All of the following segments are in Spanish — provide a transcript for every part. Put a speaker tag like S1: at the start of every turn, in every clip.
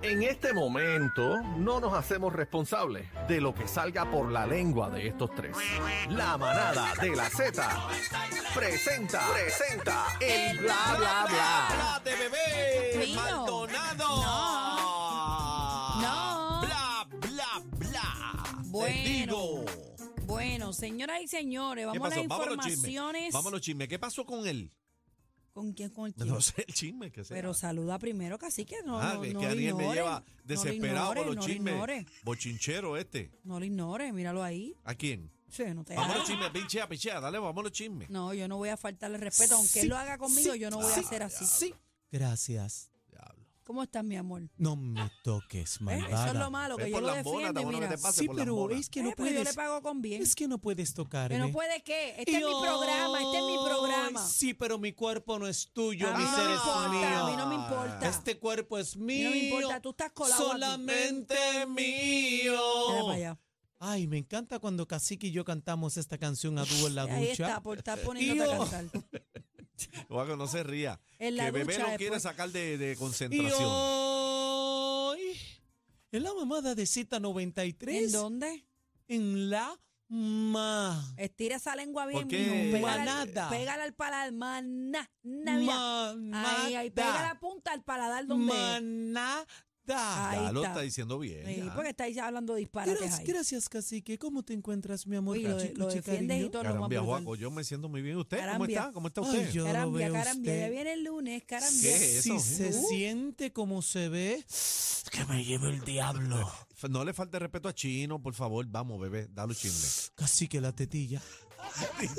S1: En este momento no nos hacemos responsables de lo que salga por la lengua de estos tres. La manada de la Z presenta, presenta el bla bla bla.
S2: de bebé
S3: Mío.
S2: Maldonado.
S3: No.
S2: Bla, bla, bla.
S3: Bueno.
S2: Te digo.
S3: Bueno, señoras y señores,
S2: ¿Qué
S3: vamos a
S2: pasó?
S3: las
S2: Vamos a los chismes.
S3: informaciones.
S2: Vamos a los chismes. ¿Qué pasó con él?
S3: ¿Con quién? ¿Con quién?
S2: No sé el chisme que sea.
S3: Pero saluda primero, casi que no,
S2: Ah,
S3: no,
S2: es
S3: no
S2: que
S3: lo
S2: Daniel me
S3: ignore,
S2: lleva desesperado
S3: no lo
S2: por los
S3: ignore,
S2: chismes.
S3: No lo ignore,
S2: Bochinchero este.
S3: no lo ignore, míralo ahí.
S2: ¿A quién?
S3: Sí, no te
S2: Vamos a
S3: hagas.
S2: los chismes. Pinchea, pinchea. Dale, vamos a los chismes.
S3: No, yo no voy a faltarle respeto. Pues Aunque él lo haga conmigo, yo no voy a hacer así.
S4: Gracias.
S2: Diablo.
S3: ¿Cómo estás, mi amor? ¿Eh?
S4: No me toques, malvada.
S3: Eso es lo malo,
S2: Ve
S3: que yo
S2: por
S3: lo
S2: las bolas,
S3: defiendo y
S2: tan bueno que
S3: mira.
S2: te pasa.
S4: Sí,
S2: por las
S4: pero
S2: bolas.
S4: es que no
S3: Eh, pero yo le
S4: puedes.
S3: pago con bien.
S4: Es que no puedes tocarme.
S3: ¿Pero puede qué? Este es mi
S4: Yo-
S3: programa, este es mi programa.
S4: Sí, pero mi cuerpo no es tuyo,
S3: A
S4: mi
S3: mí no
S4: ser
S3: me
S4: es
S3: importa, a mí
S4: mío.
S3: no me importa.
S4: Este cuerpo es
S3: mí
S4: mío.
S3: no me importa, tú estás colado aquí.
S4: Solamente
S3: Mira para
S4: mío.
S3: allá.
S4: Ay, me encanta cuando Cacique y yo cantamos esta canción a dúo en la
S3: Ahí está,
S4: ducha.
S3: por estar poniéndote a
S4: Yo-
S3: cantar.
S2: Guaco, no se ría.
S3: En la
S2: que bebé
S3: ducha
S2: lo
S3: después.
S2: quiere sacar de, de
S4: Y
S2: concentración.
S4: hoy, en la mamada de Cita
S3: ¿En
S4: 93,
S3: dónde?
S4: en la ma.
S3: Estira esa lengua bien,
S2: Porque-
S3: mijo. Pégala,
S4: Manada.
S3: Al, pégala al paladar. Maná. Navidad.
S4: Manada.
S3: Ay, ay, pega la punta al paladar donde.
S4: Manada.
S3: Ay,
S2: ya
S3: ahí
S2: lo
S3: está.
S2: está diciendo bien.
S3: Sí,
S2: ya.
S3: porque estáis hablando disparates
S4: Gracias,
S3: ahí.
S4: gracias, cacique. ¿Cómo te encuentras, mi amor?
S3: Oye, lo,
S4: Chico,
S3: lo
S4: chica,
S3: defiendes y
S4: cariño.
S3: todo lo más
S2: Carambia,
S3: brutal.
S2: Juaco, yo me siento muy bien. ¿Usted
S3: Carambia.
S2: cómo está? ¿Cómo está
S4: Ay,
S2: usted?
S4: yo no lo
S3: Carambia,
S4: veo a
S3: carambia.
S4: usted.
S3: Ya viene el lunes, carambia.
S2: ¿Qué?
S4: Si
S2: Eso,
S4: se
S2: ¿eh?
S4: siente como se ve, que me lleve el diablo.
S2: F- No le falte respeto a Chino, por favor. Vamos, bebé, dale un chisme.
S4: Cacique, la tetilla.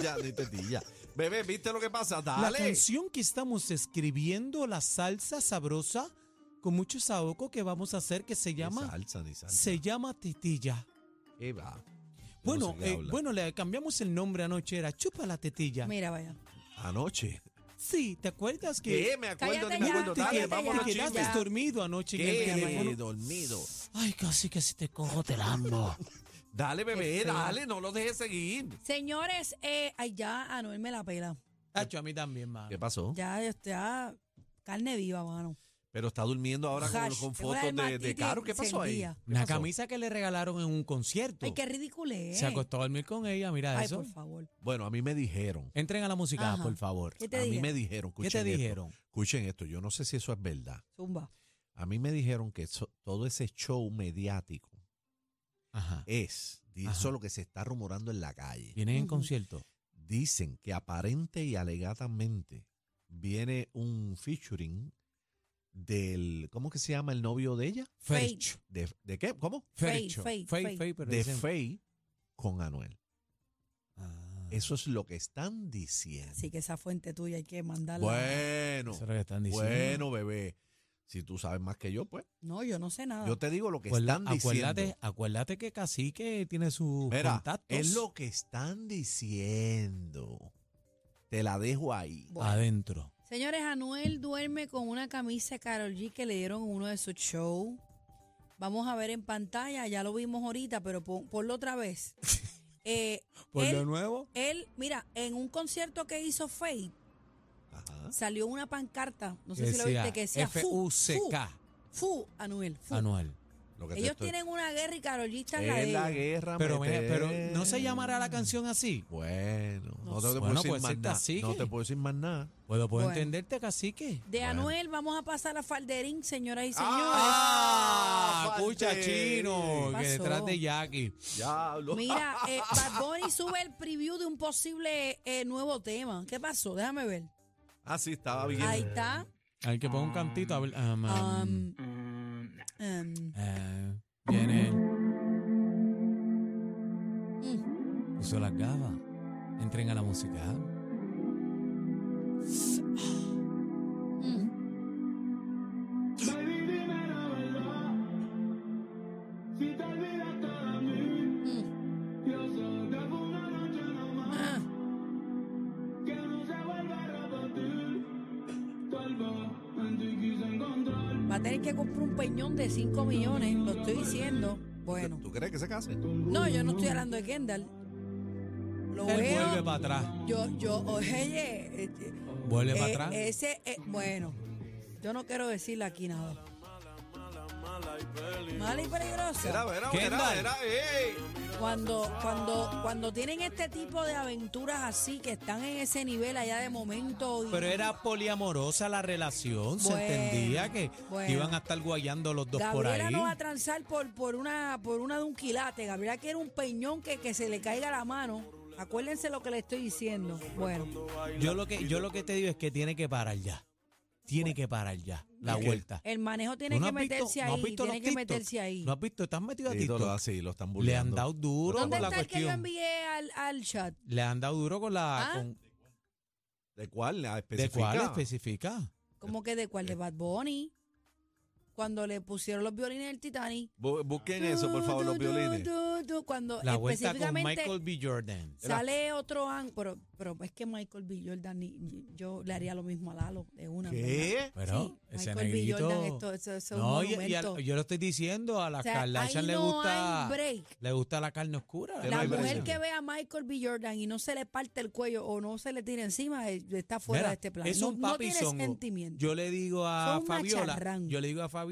S2: ya, ni te diga. Bebé, ¿viste lo que pasa?
S4: La
S2: Dale.
S4: canción que estamos escribiendo, la salsa sabrosa, con mucho saoco que vamos a hacer, que se
S2: Ni
S4: llama,
S2: salsa, ni salsa.
S4: se llama tetilla.
S2: ¿Qué va? Yo no
S4: Bueno,
S2: sé qué
S4: eh,
S2: habla.
S4: bueno, le cambiamos el nombre anoche, era Chupa la tetilla.
S3: Mira, vaya.
S2: Anoche.
S4: Sí, te acuerdas que...
S2: ¿Qué? Me acuerdo,
S3: Cállate
S2: ni me
S3: ya,
S2: acuerdo. Dale,
S3: cállate
S2: vamos a los
S4: Te
S3: ya.
S4: quedaste
S2: chismes.
S4: dormido anoche en el
S2: ¿Qué?
S4: teléfono.
S2: Dormido.
S4: Ay, casi que si te cojo te lambo.
S2: Dale, bebé,
S3: Qué feo.
S2: dale, no lo dejes seguir.
S3: Señores, eh, ay, ya Anuel me la pela.
S4: Tacho, a mí también, mano.
S2: ¿Qué pasó?
S3: Ya está carne viva, mano.
S2: Pero está durmiendo ahora con,
S3: Hash,
S2: con
S3: te voy a
S2: fotos
S3: dar
S2: de, de
S3: matitis
S2: Caro. ¿Qué pasó ahí?
S3: encendida.
S2: ¿Qué
S4: Una
S2: pasó?
S4: camisa que le regalaron en un concierto.
S3: Ay, qué ridículo es.
S4: Se acostó a dormir con ella, mira
S3: Ay,
S4: eso.
S3: por favor.
S2: Bueno, a mí me dijeron.
S4: Entren a la música,
S3: Ajá.
S4: por favor.
S3: ¿Qué
S2: A
S3: te
S2: mí
S3: dije?
S2: me dijeron.
S4: ¿Qué te
S2: escuchen esto,
S4: dijeron?
S2: Escuchen esto, yo no sé si eso es verdad.
S3: Zumba.
S2: A mí me dijeron que eso- todo ese show mediático
S4: Ajá.
S2: es, di-
S4: Ajá.
S2: eso es lo que se está rumorando en la calle.
S4: Vienen en
S3: Ujú.
S4: concierto.
S2: Dicen que aparente y alegadamente viene un featuring del, ¿cómo que se llama el novio de ella?
S3: Fercho.
S2: ¿De, de qué? ¿Cómo?
S4: Fercho.
S3: Fey, Fey,
S4: Fey,
S3: Fey.
S4: Fey, pero
S2: De
S4: dicen-
S2: Faye con Anuel.
S4: Ah,
S2: Eso
S4: eso
S2: es lo que están diciendo.
S3: Así que esa fuente tuya hay que mandarla.
S2: bueno,
S4: es lo que están diciendo.
S2: bueno, bebé. Si tú sabes más que yo, pues
S3: No, yo no sé nada.
S2: yo te digo lo que
S4: Acuerda-
S2: están diciendo.
S4: acuérdate, acuérdate que Cacique tiene sus
S2: Mira,
S4: contactos.
S2: es lo que están diciendo. Te la dejo ahí.
S3: Bueno.
S4: Adentro.
S3: Señores, Anuel duerme con una camisa Carol G que le dieron en uno de sus shows. Vamos a ver en pantalla, ya lo vimos ahorita, pero pon- ponlo otra vez. Eh,
S4: Por
S3: él,
S4: lo nuevo,
S3: él, mira, en un concierto que hizo Faith,
S2: Ajá.
S3: salió una pancarta, no sé
S4: que
S3: si lo
S4: sea
S3: viste, que decía fu,
S4: F-U-C-K,
S3: fu, Anuel, fu.
S4: anual.
S2: Lo que te
S3: Ellos
S2: estoy-
S3: tienen una guerra y Carol G está en la de
S2: Es la
S3: ellos.
S2: guerra.
S4: Pero, mira,
S2: mete-
S4: pero no se llamará la canción así.
S2: Bueno, no,
S3: No
S2: te,
S4: sé.
S2: puedo
S4: Bueno,
S2: decir
S4: pues,
S2: más
S4: sí,
S2: nada.
S4: cacique.
S2: No te puedo decir más nada.
S4: Puedo, puedo
S3: Bueno.
S4: entenderte, cacique.
S3: De
S2: Bueno.
S3: Anuel vamos a pasar a Falderín, señoras y señores.
S2: Ah,
S4: Ah, escucha,
S2: Falderín.
S4: chino,
S3: ¿Qué
S4: que
S3: pasó?
S4: detrás de Jackie.
S2: Diablo.
S3: Mira, eh, Bad Bunny sube el preview de un posible eh, nuevo tema. ¿Qué pasó? Déjame ver.
S2: Ah, sí, estaba bien.
S3: Ahí está.
S4: Hay que poner un cantito. a ver, ah, ma-
S3: Um, um,
S4: eh, viene.
S3: um, mm.
S4: Puso las gafas. Entren a la música.
S3: mm. Ah, Va a tener que comprar un peñón de 5 millones, lo estoy diciendo. Bueno,
S2: ¿Tú crees que se case?
S3: no, yo no estoy hablando de Kendall. Lo
S4: Él vuelve
S3: veo.
S4: para atrás.
S3: Yo, yo, oye, eh, eh,
S4: Vuelve
S3: Eh,
S4: para atrás.
S3: Ese, eh, bueno, yo no quiero decirle aquí nada. Mala y peligrosa.
S2: Era, era, era,
S4: Kendall.
S2: era, ey.
S3: Cuando, cuando, cuando tienen este tipo de aventuras así, que están en ese nivel allá de momento. y-
S4: Pero era poliamorosa la relación,
S3: Bueno,
S4: se entendía que
S3: bueno.
S4: iban a estar guayando los dos por
S3: Gabriela
S4: ahí.
S3: no va a transar por, por una por una de un quilate. Gabriela quiere un peñón que, que se le caiga la mano. Acuérdense lo que le estoy diciendo. Bueno,
S4: Yo lo que yo lo que te digo es que tiene que parar ya. Tiene que parar ya la
S2: ¿Y qué?
S4: vuelta.
S3: el manejo tiene
S4: ¿Tú no
S3: que
S4: has visto-
S3: meterse
S4: no has
S3: ahí.
S4: visto
S3: Tiene
S4: los
S3: que
S4: TikTok?
S3: meterse ahí.
S4: ¿No has visto? ¿Estás metido a
S2: Sí, lo,
S4: TikTok?
S2: así, lo están
S4: Le
S2: bulleando.
S4: han dado duro
S3: ¿Dónde
S4: con
S3: está
S4: la
S3: el que yo
S4: cuestión.
S3: envié al, al chat?
S4: Le han dado duro con la
S3: Ah.
S4: con-
S2: ¿De cuál? Ah,
S4: ¿De cuál
S2: especifica.
S4: especifica?
S3: ¿Cómo que de cuál? De Bad Bunny. Cuando le pusieron los violines del Titanic.
S2: Bu- Busquen eso, por favor, los
S3: Tu, tu,
S2: violines.
S3: tu, tu, Cuando
S4: La vuelta con
S3: específicamente
S4: Michael B. Jordan.
S3: sale otro an- pero, pero es que Michael B. Jordan, ni- yo le haría lo mismo a Lalo de una. ¿verdad?
S2: ¿Qué?
S4: Pero
S3: Sí,
S4: ese
S3: Michael B.
S4: negrito-
S3: Jordan, esto- eso- eso es un
S4: No, y- y
S3: monumento.
S4: al- yo lo estoy diciendo, a la
S3: O sea,
S4: Kardashian
S3: ahí
S4: le
S3: no
S4: gusta
S3: hay break.
S4: le gusta la carne oscura.
S2: Pero
S3: La
S2: hay
S4: Kardashian.
S3: mujer
S2: break.
S3: que ve a Michael B. Jordan y no se le parte el cuello o no se le tira encima eh, está fuera
S4: Mira,
S3: de este plan.
S4: Es
S3: no,
S4: un
S3: no
S4: papi
S3: tiene
S4: songo.
S3: sentimiento.
S4: Yo le digo a
S3: Son
S4: Fabiola,
S3: macharrán.
S4: yo le digo a Fabiola,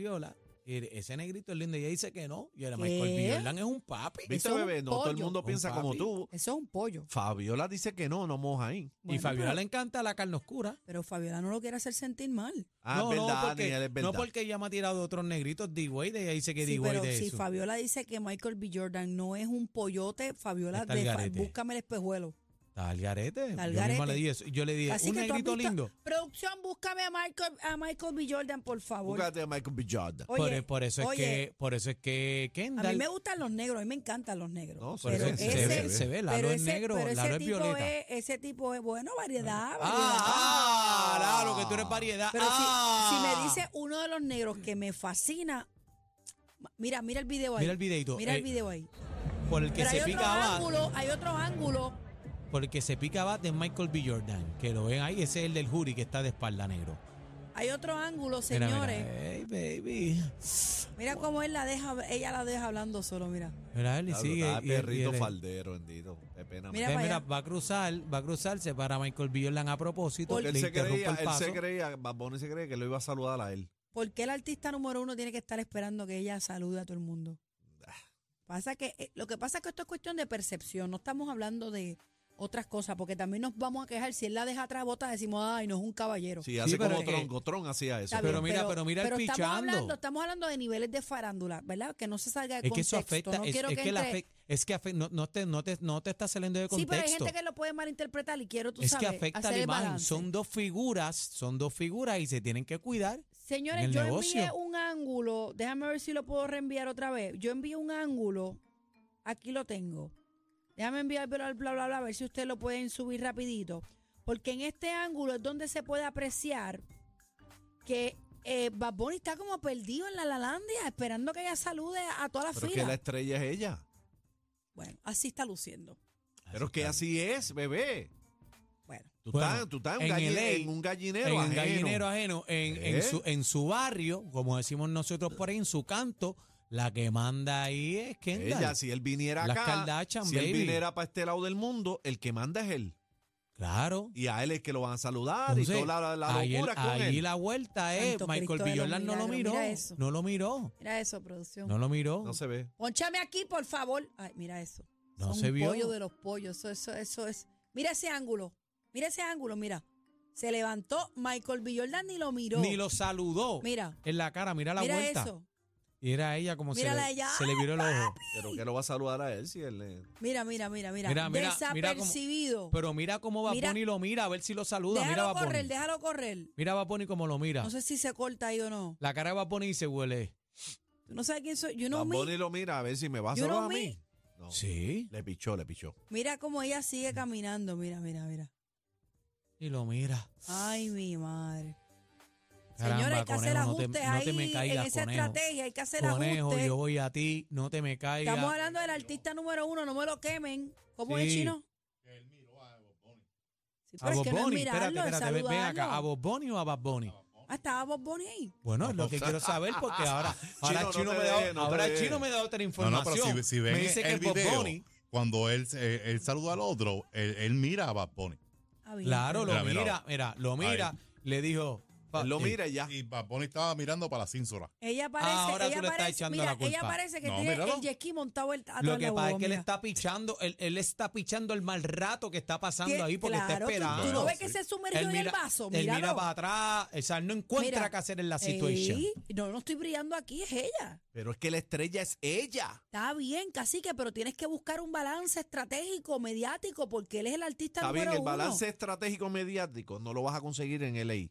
S4: "Mire, ese negrito es lindo. Ella dice que no. Y ahora
S3: ¿Qué?
S4: Michael B. Jordan es un papi.
S2: ¿Viste,
S3: Eso es un
S2: bebé? No todo el
S3: pollo.
S2: mundo
S4: Un
S2: piensa como
S4: papi.
S2: tú.
S3: Eso es un pollo.
S2: Fabiola dice que no, no moja ahí.
S4: y
S3: Bueno,
S4: Fabiola
S3: pero-
S4: le encanta la carne oscura.
S3: Pero Fabiola no lo quiere hacer sentir mal.
S2: Ah,
S4: no,
S2: es verdad,
S4: no, porque,
S2: Daniel, es verdad.
S4: no porque ella me ha tirado otros negritos d Wade. Ella dice que
S3: Sí,
S4: d
S3: pero
S4: Wade es
S3: si
S4: eso.
S3: Fabiola dice que Michael B. Jordan no es un pollote, Fabiola,
S4: Está al
S3: de-
S4: garete.
S3: búscame el espejuelo.
S4: Está al garete.
S3: Está al
S4: yo mismo
S3: garete.
S4: le dije eso. Yo le dije,
S3: Así
S4: un
S3: que tú has
S4: negrito
S3: visto-
S4: lindo.
S3: Producción, búscame a Michael, a Michael B. Jordan, por favor.
S2: Búscate a Michael B. Jordan.
S3: Oye,
S4: por, por eso es
S3: oye,
S4: que, por eso es que
S3: A
S4: Kendall.
S3: mí me gustan los negros, a mí me encantan los negros.
S2: No,
S4: por eso
S3: pero
S4: es que se,
S3: ese-
S4: ve, se ve, Lalo es negro,
S3: pero
S4: Lalo es
S3: tipo
S4: violeta.
S3: es- ese tipo es bueno, variedad, variedad.
S4: Ah, ah, Lalo, que tú eres variedad.
S3: Pero si- si,
S4: Ah.
S3: me dice uno de los negros que me fascina, ma- mira, mira el video ahí.
S4: Mira el videito.
S3: Mira el
S4: eh,
S3: video ahí.
S4: Por el que
S3: Pero hay
S4: se
S3: otros
S4: picaba.
S3: ángulos, hay otros ángulos.
S4: Por el que se picaba de Michael B. Jordan. Que lo ven ahí. Ese es el del jury que está de espalda negro.
S3: Hay otro ángulo,
S4: Mira, eh. mira,
S3: señores. Mira,
S4: Hey, baby.
S3: cómo él la deja, ella la deja hablando solo, mira.
S4: Mira, él y
S2: Claro,
S4: sigue.
S2: está
S4: y- y
S2: perrito
S4: él-
S2: faldero, bendito. Qué pena.
S3: Mira
S4: Ve,
S3: para
S4: mira,
S3: allá.
S4: va a cruzar, va a cruzar, se para Michael B. Jordan a propósito,
S2: Porque
S4: le
S2: él se
S4: interrumpe
S2: creía,
S4: el
S2: él
S4: paso.
S2: se creía, Bad Bunny se creía que lo iba a saludar a él.
S3: ¿Por qué el artista número uno tiene que estar esperando que ella salude a todo el mundo? Pasa que, eh, lo que pasa es que esto es cuestión de percepción, no estamos hablando de otras cosas, porque también nos vamos a quejar. Si él la deja atrás bota, decimos, ay, no es un caballero.
S2: Sí, hace
S4: pero
S2: como
S4: es que-
S2: tronco, tron hacía eso.
S3: Está
S4: pero
S3: bien,
S4: mira, pero mira el
S3: Estamos
S4: pichando.
S3: hablando, estamos hablando de niveles de farándula, ¿verdad? Que no se salga de
S4: Es que eso
S3: contexto.
S4: afecta,
S3: no
S4: es,
S3: quiero
S4: es
S3: que
S4: que la
S3: entre-
S4: afec- es que afe- no, no te, no, te, no te está saliendo de
S3: Sí, pero hay
S4: contexto.
S3: gente que lo puede malinterpretar y quiero, tú
S4: es
S3: sabes,
S4: que afecta
S3: hacer
S4: la
S3: el
S4: imagen.
S3: balance.
S4: Son dos figuras, son dos figuras y se tienen que cuidar. en
S3: Señores,
S4: el
S3: yo
S4: negocio.
S3: envié un ángulo, déjame ver si lo puedo reenviar otra vez. Yo envié un ángulo, aquí lo tengo. Déjame enviármelo al bla, bla, bla, a ver si ustedes lo pueden subir rapidito. Porque en este ángulo es donde se puede apreciar que eh, Bad Bunny está como perdido en la Lalandia, esperando que ella salude a toda la
S2: Pero es que
S3: fila.
S2: la estrella es ella.
S3: Bueno, así está luciendo.
S2: Pero es que así es, bebé.
S3: Bueno,
S2: Tú,
S4: Bueno,
S2: estás, tú estás en,
S4: en
S2: galli-
S4: LA,
S2: en un gallinero
S4: En un
S2: ajeno.
S4: gallinero ajeno, en, en
S2: ¿Eh?
S4: su, en su barrio, como decimos nosotros por ahí, en su canto, la que manda ahí es Kendall.
S2: Ella, si él viniera
S4: Las
S2: acá,
S4: Kardashian,
S2: si él
S4: baby.
S2: viniera para este lado del mundo, el que manda es él.
S4: Claro.
S2: Y a él es que lo van a saludar y
S4: Entonces,
S2: toda la, la
S4: ahí el-
S2: locura es con
S4: ahí
S2: él.
S4: la vuelta es,
S3: Santo
S4: Michael
S3: Cristo
S4: B.
S3: de los
S4: Jordan no lo
S3: milagros,
S4: miró,
S3: mira eso.
S4: no lo miró,
S3: mira eso, producción.
S4: no lo miró.
S2: No se ve.
S3: Ponchame aquí, por favor. Ay, mira eso.
S4: No
S3: Son
S4: se
S3: un
S4: vio.
S3: pollo de los pollos. Eso, eso, eso es. Mira ese ángulo. Mira ese ángulo, mira. Se levantó Michael B. Jordan ni lo miró.
S4: Ni lo saludó.
S3: Mira,
S4: En la cara, mira la
S3: mira
S4: vuelta.
S3: eso.
S4: Y era ella como se
S3: Mírala
S4: le,
S3: ella. Ah,
S4: se le viró el ojo.
S2: Pero que lo va a saludar a él si él le-
S3: Mira, mira, mira, mira.
S4: Mira, mira, mira cómo-
S3: Desapercibido.
S4: Pero mira cómo va
S3: Mira.
S4: Bunny lo mira, a ver si lo saluda.
S3: déjalo
S4: mira va
S3: correr,
S4: Bunny.
S3: déjalo correr.
S4: Mira va Bunny como lo mira.
S3: No sé si se corta ahí o no.
S4: La cara de va Bunny y se huele.
S3: Tú no sabes quién soy. You know
S2: Bad
S3: me.
S2: Bunny lo mira a ver si me va a
S3: You
S2: saludar
S3: know
S2: a
S3: me.
S2: mí. No.
S4: Sí.
S2: Le pichó, le pichó.
S3: Mira cómo ella sigue caminando. Mira, mira, mira.
S4: Y lo mira.
S3: Ay, mi madre.
S4: Caramba,
S3: Señores, hay que hacer
S4: conejo, no te-
S3: ajustes
S4: no
S3: ahí
S4: te me
S3: en
S4: caigas,
S3: esa
S4: conejo.
S3: estrategia. Hay que hacer
S4: Conejo,
S3: ajustes.
S4: yo voy a ti, no te me caigas.
S3: Estamos hablando del artista número uno, no me lo quemen. ¿Cómo es
S4: Sí.
S3: chino? Sí,
S4: a
S3: pero es
S4: Bob
S3: que no es
S4: Bunny, espérate,
S3: mirarlo, es
S4: espérate, ven- ven acá, ¿a
S3: saludarlo.
S4: Bob Bunny o a Bad Bunny?
S3: Ah, estaba Bob Bunny ahí.
S4: Bueno, es lo que quiero saber porque ahora, ahora
S2: Chino, no
S4: Chino,
S2: te
S4: me da,
S2: dejes, no te
S4: ahora
S2: dejes.
S4: Chino me da otra
S5: No, no,
S4: información.
S5: pero si, si ven
S4: me dice que
S5: el
S4: es Bob
S5: video,
S4: Bunny.
S5: cuando él, eh, él saluda al otro, él, él mira a Bad Bunny.
S3: Ah, bien.
S4: Claro, lo
S5: Mira,
S4: mira,
S5: mira.
S4: mira, lo mira. Le dijo, Pa- eh,
S2: Él lo
S5: y-
S2: mira y ya.
S5: Y Bad Bunny estaba mirando para la cínsora.
S3: Ella parece,
S4: Ahora tú
S3: ella
S4: le estás
S3: parece,
S4: echando
S3: mira,
S4: la culpa.
S3: ella parece que
S5: No,
S3: tiene
S5: míralo.
S3: el jet ski montado el, atrás
S4: Lo que
S3: la
S4: pasa es
S3: guagua,
S4: que él
S3: mira.
S4: está pichando, él, él está pichando el mal rato que está pasando
S3: Tie-
S4: ahí porque
S3: claro,
S4: está
S3: tú-
S4: esperando.
S3: Tú, no
S5: Bueno,
S3: ves que
S5: sí.
S3: se sumergió en el vaso,
S4: él
S3: míralo.
S4: mira para atrás, o sea, él no encuentra
S3: Mira,
S4: qué hacer en la situación.
S3: Ey, no, no estoy brillando aquí, es ella.
S2: Pero es que la estrella es ella.
S3: Está bien, cacique, pero tienes que buscar un balance estratégico, mediático, porque él es el artista
S2: Está bien, el
S3: número uno.
S2: balance estratégico mediático no lo vas a conseguir en LA.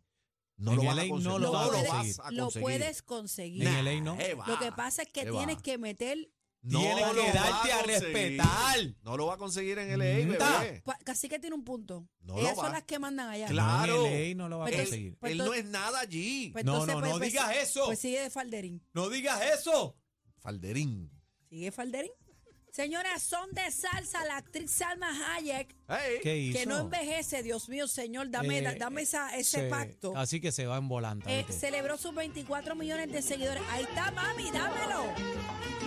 S2: No
S4: En
S2: lo vas
S4: LA
S2: a
S4: no
S2: conseguir.
S4: lo vas a
S3: puedes-
S2: vas a
S3: lo
S2: conseguir.
S3: puedes conseguir.
S4: En LA no.
S2: Eva,
S3: Lo que pasa es que
S2: Eva.
S3: tienes que meter...
S2: No
S4: Tiene
S2: lo
S4: que
S2: va
S4: darte a
S2: conseguir.
S4: respetar.
S2: No lo va a conseguir en LA,
S4: Ta.
S2: bebé.
S3: Cua- Cacique tiene un punto.
S2: No lo
S3: Ellas
S2: va.
S3: son las que mandan allá.
S2: Claro.
S4: No, en LA no lo va a
S3: Pero-
S4: conseguir.
S3: Pues
S2: Él
S3: entonces-
S2: no es nada allí.
S3: Pues
S4: No,
S3: entonces,
S4: no,
S3: pues-
S4: no
S3: pues-
S4: digas eso.
S3: Pues sigue de falderín.
S4: No digas eso.
S2: Falderín.
S3: Sigue Falderín. Señores, son de salsa la actriz Salma Hayek,
S2: Hey.
S4: ¿Qué hizo?
S3: que no envejece, Dios mío, señor, dame,
S4: Eh,
S3: da- dame esa- ese
S4: se-
S3: pacto.
S4: Así que se va en volanta.
S3: Eh,
S4: ¿viste?
S3: celebró sus 24 millones de seguidores. Ahí está, mami, dámelo.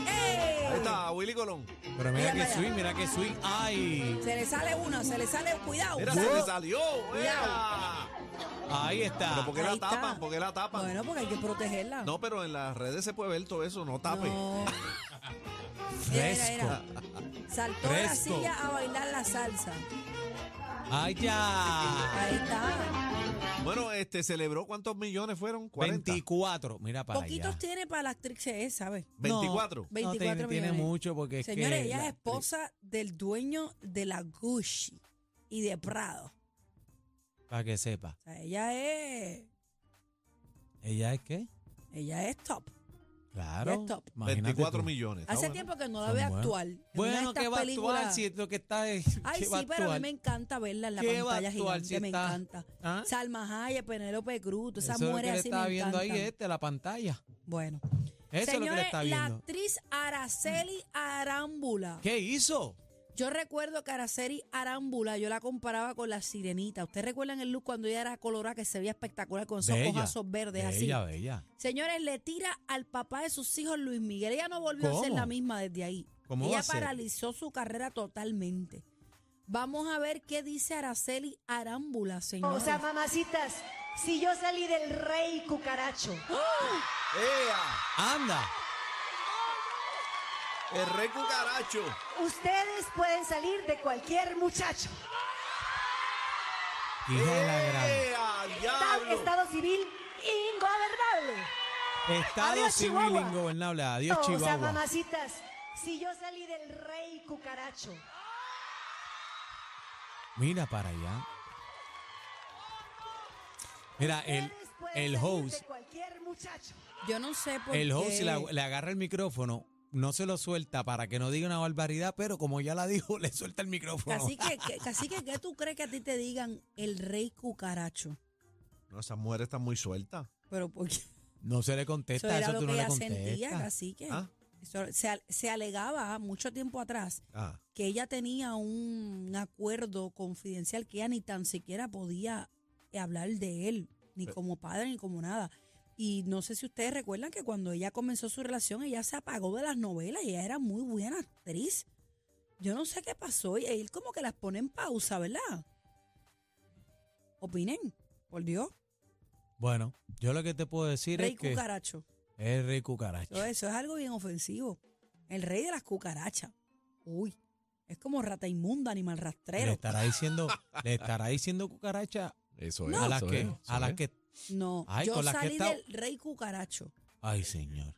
S3: ¡Ey!
S2: Ahí está, Willy Colón.
S4: Pero mira
S3: Mira
S4: que
S3: para allá.
S4: swing, mira que swing. Ay,
S3: Se le sale una, se le sale, cuidado.
S2: Mira,
S3: Sal-
S2: se le salió.
S3: Cuidado.
S2: ¡Ea!
S4: ahí
S2: Pero
S4: está.
S2: ¿por qué
S3: Ah, Ahí
S2: la
S3: está.
S2: tapan? ¿Por qué la tapan?
S3: Bueno, porque hay que protegerla.
S2: No, pero en las redes se puede ver todo eso, no tape.
S3: No. Mira, mira, mira.
S4: Fresco.
S3: Saltó de la
S4: Fresco.
S3: silla a bailar la salsa.
S4: Ay, ya.
S3: Ahí está.
S2: Bueno, este celebró cuántos millones fueron? 40.
S4: 24. Mira para
S3: Poquitos
S4: allá.
S3: tiene para la actriz es, ¿sabes?
S2: 24.
S4: No, no,
S3: 24
S4: tiene,
S3: millones.
S4: tiene mucho porque es
S3: Señores,
S4: que
S3: ella
S4: la-
S3: es esposa del dueño de la Gucci y de Prado.
S4: Para que sepa.
S3: O sea, ella es,
S4: ¿Ella es qué?
S3: ella es top. Ya
S4: Claro.
S3: está.
S4: imagínate
S2: 24
S4: tú.
S2: millones. está
S3: Hace
S2: bueno.
S3: tiempo que no la
S4: Son
S3: veo
S4: buenas.
S3: actuar. En una de
S4: Bueno,
S3: estas
S4: ¿qué va a actuar
S3: películas-
S4: si lo que está es.
S3: Ay,
S4: ¿qué
S3: sí,
S4: va a
S3: pero a mí
S4: actuar?
S3: me encanta verla en la
S4: ¿Qué va a
S3: pantalla
S4: actuar
S3: gigante,
S4: si
S3: me
S4: está-
S3: encanta.
S4: ¿Ah?
S3: Salma Hayek, Penélope Cruz, todas esas
S4: Eso es lo que
S3: mujeres
S4: le
S3: así
S4: está
S3: me
S4: viendo ahí
S3: encantan.
S4: este, la pantalla.
S3: Bueno.
S4: Eso es lo que le
S3: Señores, la
S4: está viendo.
S3: actriz Araceli Arámbula.
S4: ¿Qué hizo?
S3: Yo recuerdo que Araceli Arámbula, yo la comparaba con la sirenita. ¿Ustedes recuerdan el look cuando ella era colorada que se veía espectacular con esos
S4: Bella,
S3: ojazos verdes así?
S4: Bella, bella.
S3: Señores, le tira al papá de sus hijos Luis Miguel. Ella no volvió a ser
S4: ¿Cómo?
S3: la misma desde ahí.
S4: ¿Cómo va
S3: Ella
S4: a ser?
S3: paralizó su carrera totalmente. Vamos a ver qué dice Araceli Arámbula, señor.
S6: O sea, mamacitas, si yo salí del rey cucaracho,
S2: ¡Ea!
S4: Anda.
S2: El rey cucaracho.
S6: ustedes pueden salir de cualquier muchacho.
S4: Hija de la
S3: ¡Eh!
S4: gran.
S2: ¡Ea!
S6: Tal
S2: ¡Diablo!
S6: estado civil ingobernable.
S4: Estado
S6: Adiós,
S4: civil
S6: Chihuahua.
S4: ingobernable. Adiós,
S6: O sea,
S4: Chihuahua.
S6: mamacitas, si yo salí del rey cucaracho,
S4: Mira para allá. Mira, el,
S6: ustedes pueden
S4: el
S6: salir
S4: host,
S6: de cualquier muchacho.
S3: yo no sé por
S4: el host
S3: qué.
S4: la- le agarra el micrófono, no se lo suelta para que no diga una barbaridad, pero como ya la dijo, le suelta el micrófono.
S3: Así que, que- cacique, ¿qué tú crees que a ti te digan el rey cucaracho?
S2: No, esa mujer está muy suelta.
S3: Pero porque
S4: No se le
S3: eso
S4: contesta,
S3: era
S4: eso,
S3: lo
S4: tú
S3: que
S4: no le
S3: ella sentía,
S4: contestas.
S3: cacique.
S2: Ah.
S3: Eso- se, al- se alegaba mucho tiempo atrás
S2: Ah.
S3: que ella tenía un acuerdo confidencial que ella ni tan siquiera podía eh, hablar de él, ni
S2: Pe-
S3: como padre, ni como nada. Y no sé si ustedes recuerdan que cuando ella comenzó su relación, ella se apagó de las novelas y ella era muy buena actriz. Yo no sé qué pasó y él como que las pone en pausa, ¿verdad? Opinen, por Dios.
S4: Bueno, yo lo que te puedo decir
S3: Rey
S4: es que
S3: cucaracho.
S4: es rey cucaracho.
S3: Eso, eso es algo bien ofensivo. El rey de las cucarachas. Uy, es como rata inmunda, animal
S4: Le
S3: rastrero.
S4: estará diciendo, le estará diciendo cucaracha
S2: Eso
S4: a
S2: eso
S4: las que,
S2: eso
S4: a las
S2: es.
S4: que,
S3: No,
S4: Ay,
S3: yo
S4: con la que
S3: salí
S4: está-
S3: del rey cucaracho.
S4: ay señor,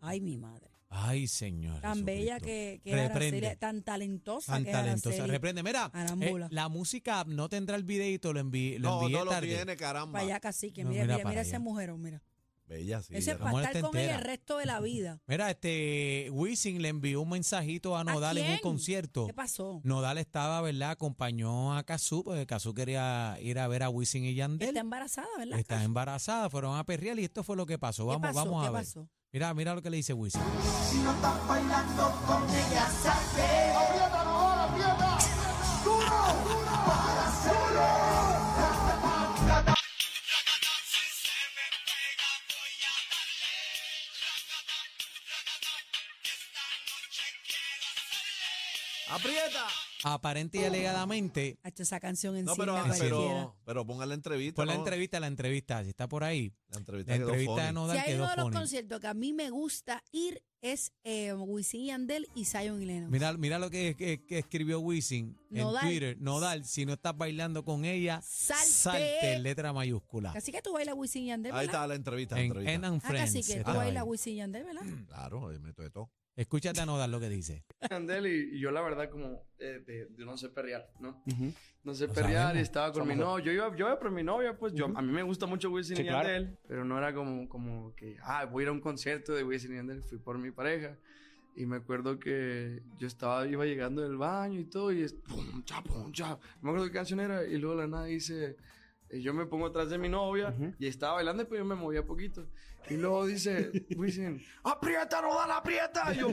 S3: Ay, mi madre.
S4: ay señor.
S3: Tan bella
S4: Jesucristo.
S3: que, que es Araceli,
S4: Reprende.
S3: tan talentosa
S4: Tan
S3: que es
S4: talentosa.
S3: Araceli.
S4: Reprende. Mira,
S3: Arámbula.
S4: eh, la música no tendrá el videito, lo, envi lo
S2: No,
S4: envié
S2: no lo
S4: tarde.
S2: tiene, caramba.
S3: Para allá cacique,
S4: No,
S3: mira,
S4: mira
S3: mira, mira
S4: para
S3: ese
S4: allá.
S3: mujerón, mira.
S2: Bella, sí.
S3: ese es
S2: ya.
S4: la
S3: para
S4: mujer
S3: estar
S4: está
S3: con ella el
S4: entera.
S3: resto de la vida.
S4: Mira, este Wisin le envió un mensajito a Nodal en un
S3: quién?
S4: concierto.
S3: ¿Qué pasó?
S4: Nodal estaba, ¿verdad? Acompañó a Kazú, porque Kazú quería ir a ver a Wisin y Yandel.
S3: Está embarazada, ¿verdad?
S4: Está embarazada, fueron a perrear y esto fue lo que pasó. Vamos,
S3: pasó?
S4: vamos a
S3: ¿Qué
S4: ver.
S3: pasó?
S4: Mira, mira lo que le dice Wisin.
S2: ¡Aprieta!
S4: aparente y alegadamente,
S3: Hacho, esa canción en
S2: No,
S3: sí
S2: pero,
S3: la cualquiera.
S2: pero, pero pongan la entrevista.
S4: por la
S2: ¿no?
S4: entrevista, la entrevista, si está por ahí,
S2: La entrevista,
S4: la
S2: quedó
S4: entrevista
S2: funny.
S4: no
S3: Si
S4: da
S3: hay
S4: quedó
S3: uno de los
S4: funny.
S3: conciertos que a mí me gusta ir es eh, Wisin y Andel y Zion y Lennox.
S4: Mira, mira lo que, que- que escribió Wisin en
S3: Nodal.
S4: Twitter. Nodal, si no estás bailando con ella,
S3: Salte.
S4: salte letra mayúscula.
S3: Así que tú bailas Wisin y Yandel,
S2: Ahí
S3: ¿verdad?
S2: está la entrevista. la
S4: En
S2: entrevista.
S4: Hen and
S3: Ah, casi
S4: Friends.
S3: que tú
S4: estaba
S3: bailas
S4: ahí. Mm.
S3: Wisin y Yandel, ¿verdad?
S2: Claro, eh, ahí meto de todo.
S4: Escúchate a Nodal lo que dice.
S7: Andel y, y yo la verdad como eh, de, de no sé perrear, ¿no? No sé
S4: Lo
S7: perrear
S4: sabemos.
S7: y estaba con mi novia. Yo iba, yo iba por mi novia, pues yo, a mí me gusta mucho Wisin y Andel, pero no era como, como que, ah, voy a ir a un concierto de Wisin y Andel, fui por mi pareja. Y me acuerdo que yo estaba, iba llegando del baño y todo, y es pum, cha, pum, cha. No me acuerdo qué canción era, y luego de la nada dice, y yo me pongo atrás de mi novia, y estaba bailando, pero yo me movía poquito. Y luego dice, Wisin, aprieta, no da la aprieta. Y yo,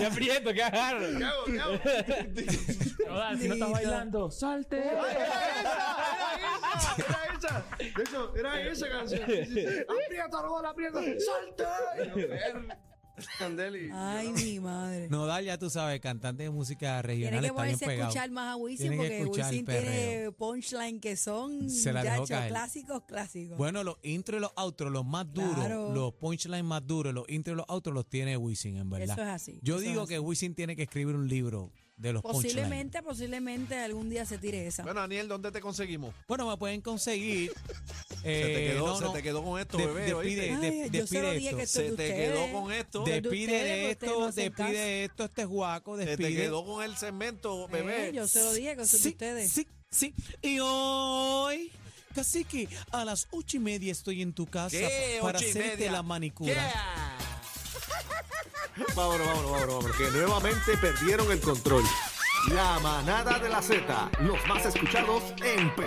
S8: Ya aprieto, que agarro.
S7: ¿qué hago? ¿Qué hago?
S8: Nodal, si no estás
S3: Lindo.
S8: bailando, salte.
S7: Era esa, Ah, era esa. De hecho, era esa canción. Aprieta, rola, aprieta. Salta. Y yo, "Ver". Candel y-
S3: Ay, mi madre.
S4: Nodal, ya tú sabes, cantante de música
S3: Tiene
S4: regional,
S3: que
S4: está bien
S3: ponerse a
S4: pegado.
S3: escuchar más a Wisin
S4: Tienen que
S3: porque
S4: escuchar el
S3: Wisin tiene punchline que son
S4: Se la dejó
S3: muchachos,
S4: caer.
S3: clásicos, clásicos.
S4: Bueno, los intros y los outros, los más duros,
S3: Claro.
S4: los punchlines más duros, los intros y los outros los tiene Wisin, en verdad.
S3: Eso es así,
S4: Yo
S3: eso es
S4: digo
S3: así.
S4: que Wisin tiene que escribir un libro de los punchlines.
S3: posiblemente, posiblemente algún día se tire esa.
S2: Bueno, Daniel, ¿dónde te conseguimos?
S4: Bueno, me pueden conseguir.
S2: Se te
S4: eh,
S2: quedó,
S4: no,
S2: se
S4: no,
S2: te quedó con esto,
S4: de-
S2: bebé. ¿oíste?
S4: despide,
S3: Ay,
S4: eh, de-
S3: yo
S4: despide
S3: se lo dije
S4: esto.
S3: que esto
S2: se
S3: es Ah, de
S2: te
S3: ustedes.
S2: quedó con esto.
S3: De-
S4: Despide
S3: ustedes,
S4: de
S3: porque ustedes
S4: esto,
S3: no hacen
S4: despide
S3: caso.
S4: de esto, este guaco,
S2: Se
S4: despide.
S2: te quedó con el segmento, bebé.
S3: Eh, yo se lo dije que eso es de
S4: sí,
S3: ustedes.
S4: Sí, sí. Y hoy, casi que a las ocho y media estoy en tu casa
S2: ¿Qué?
S4: para
S2: Ocho y
S4: hacerte
S2: media.
S4: la manicura.
S2: Yeah.
S1: Vámonos, vámonos, vámonos, vámonos, que nuevamente perdieron el control. La manada de la Z, los más escuchados en Perú.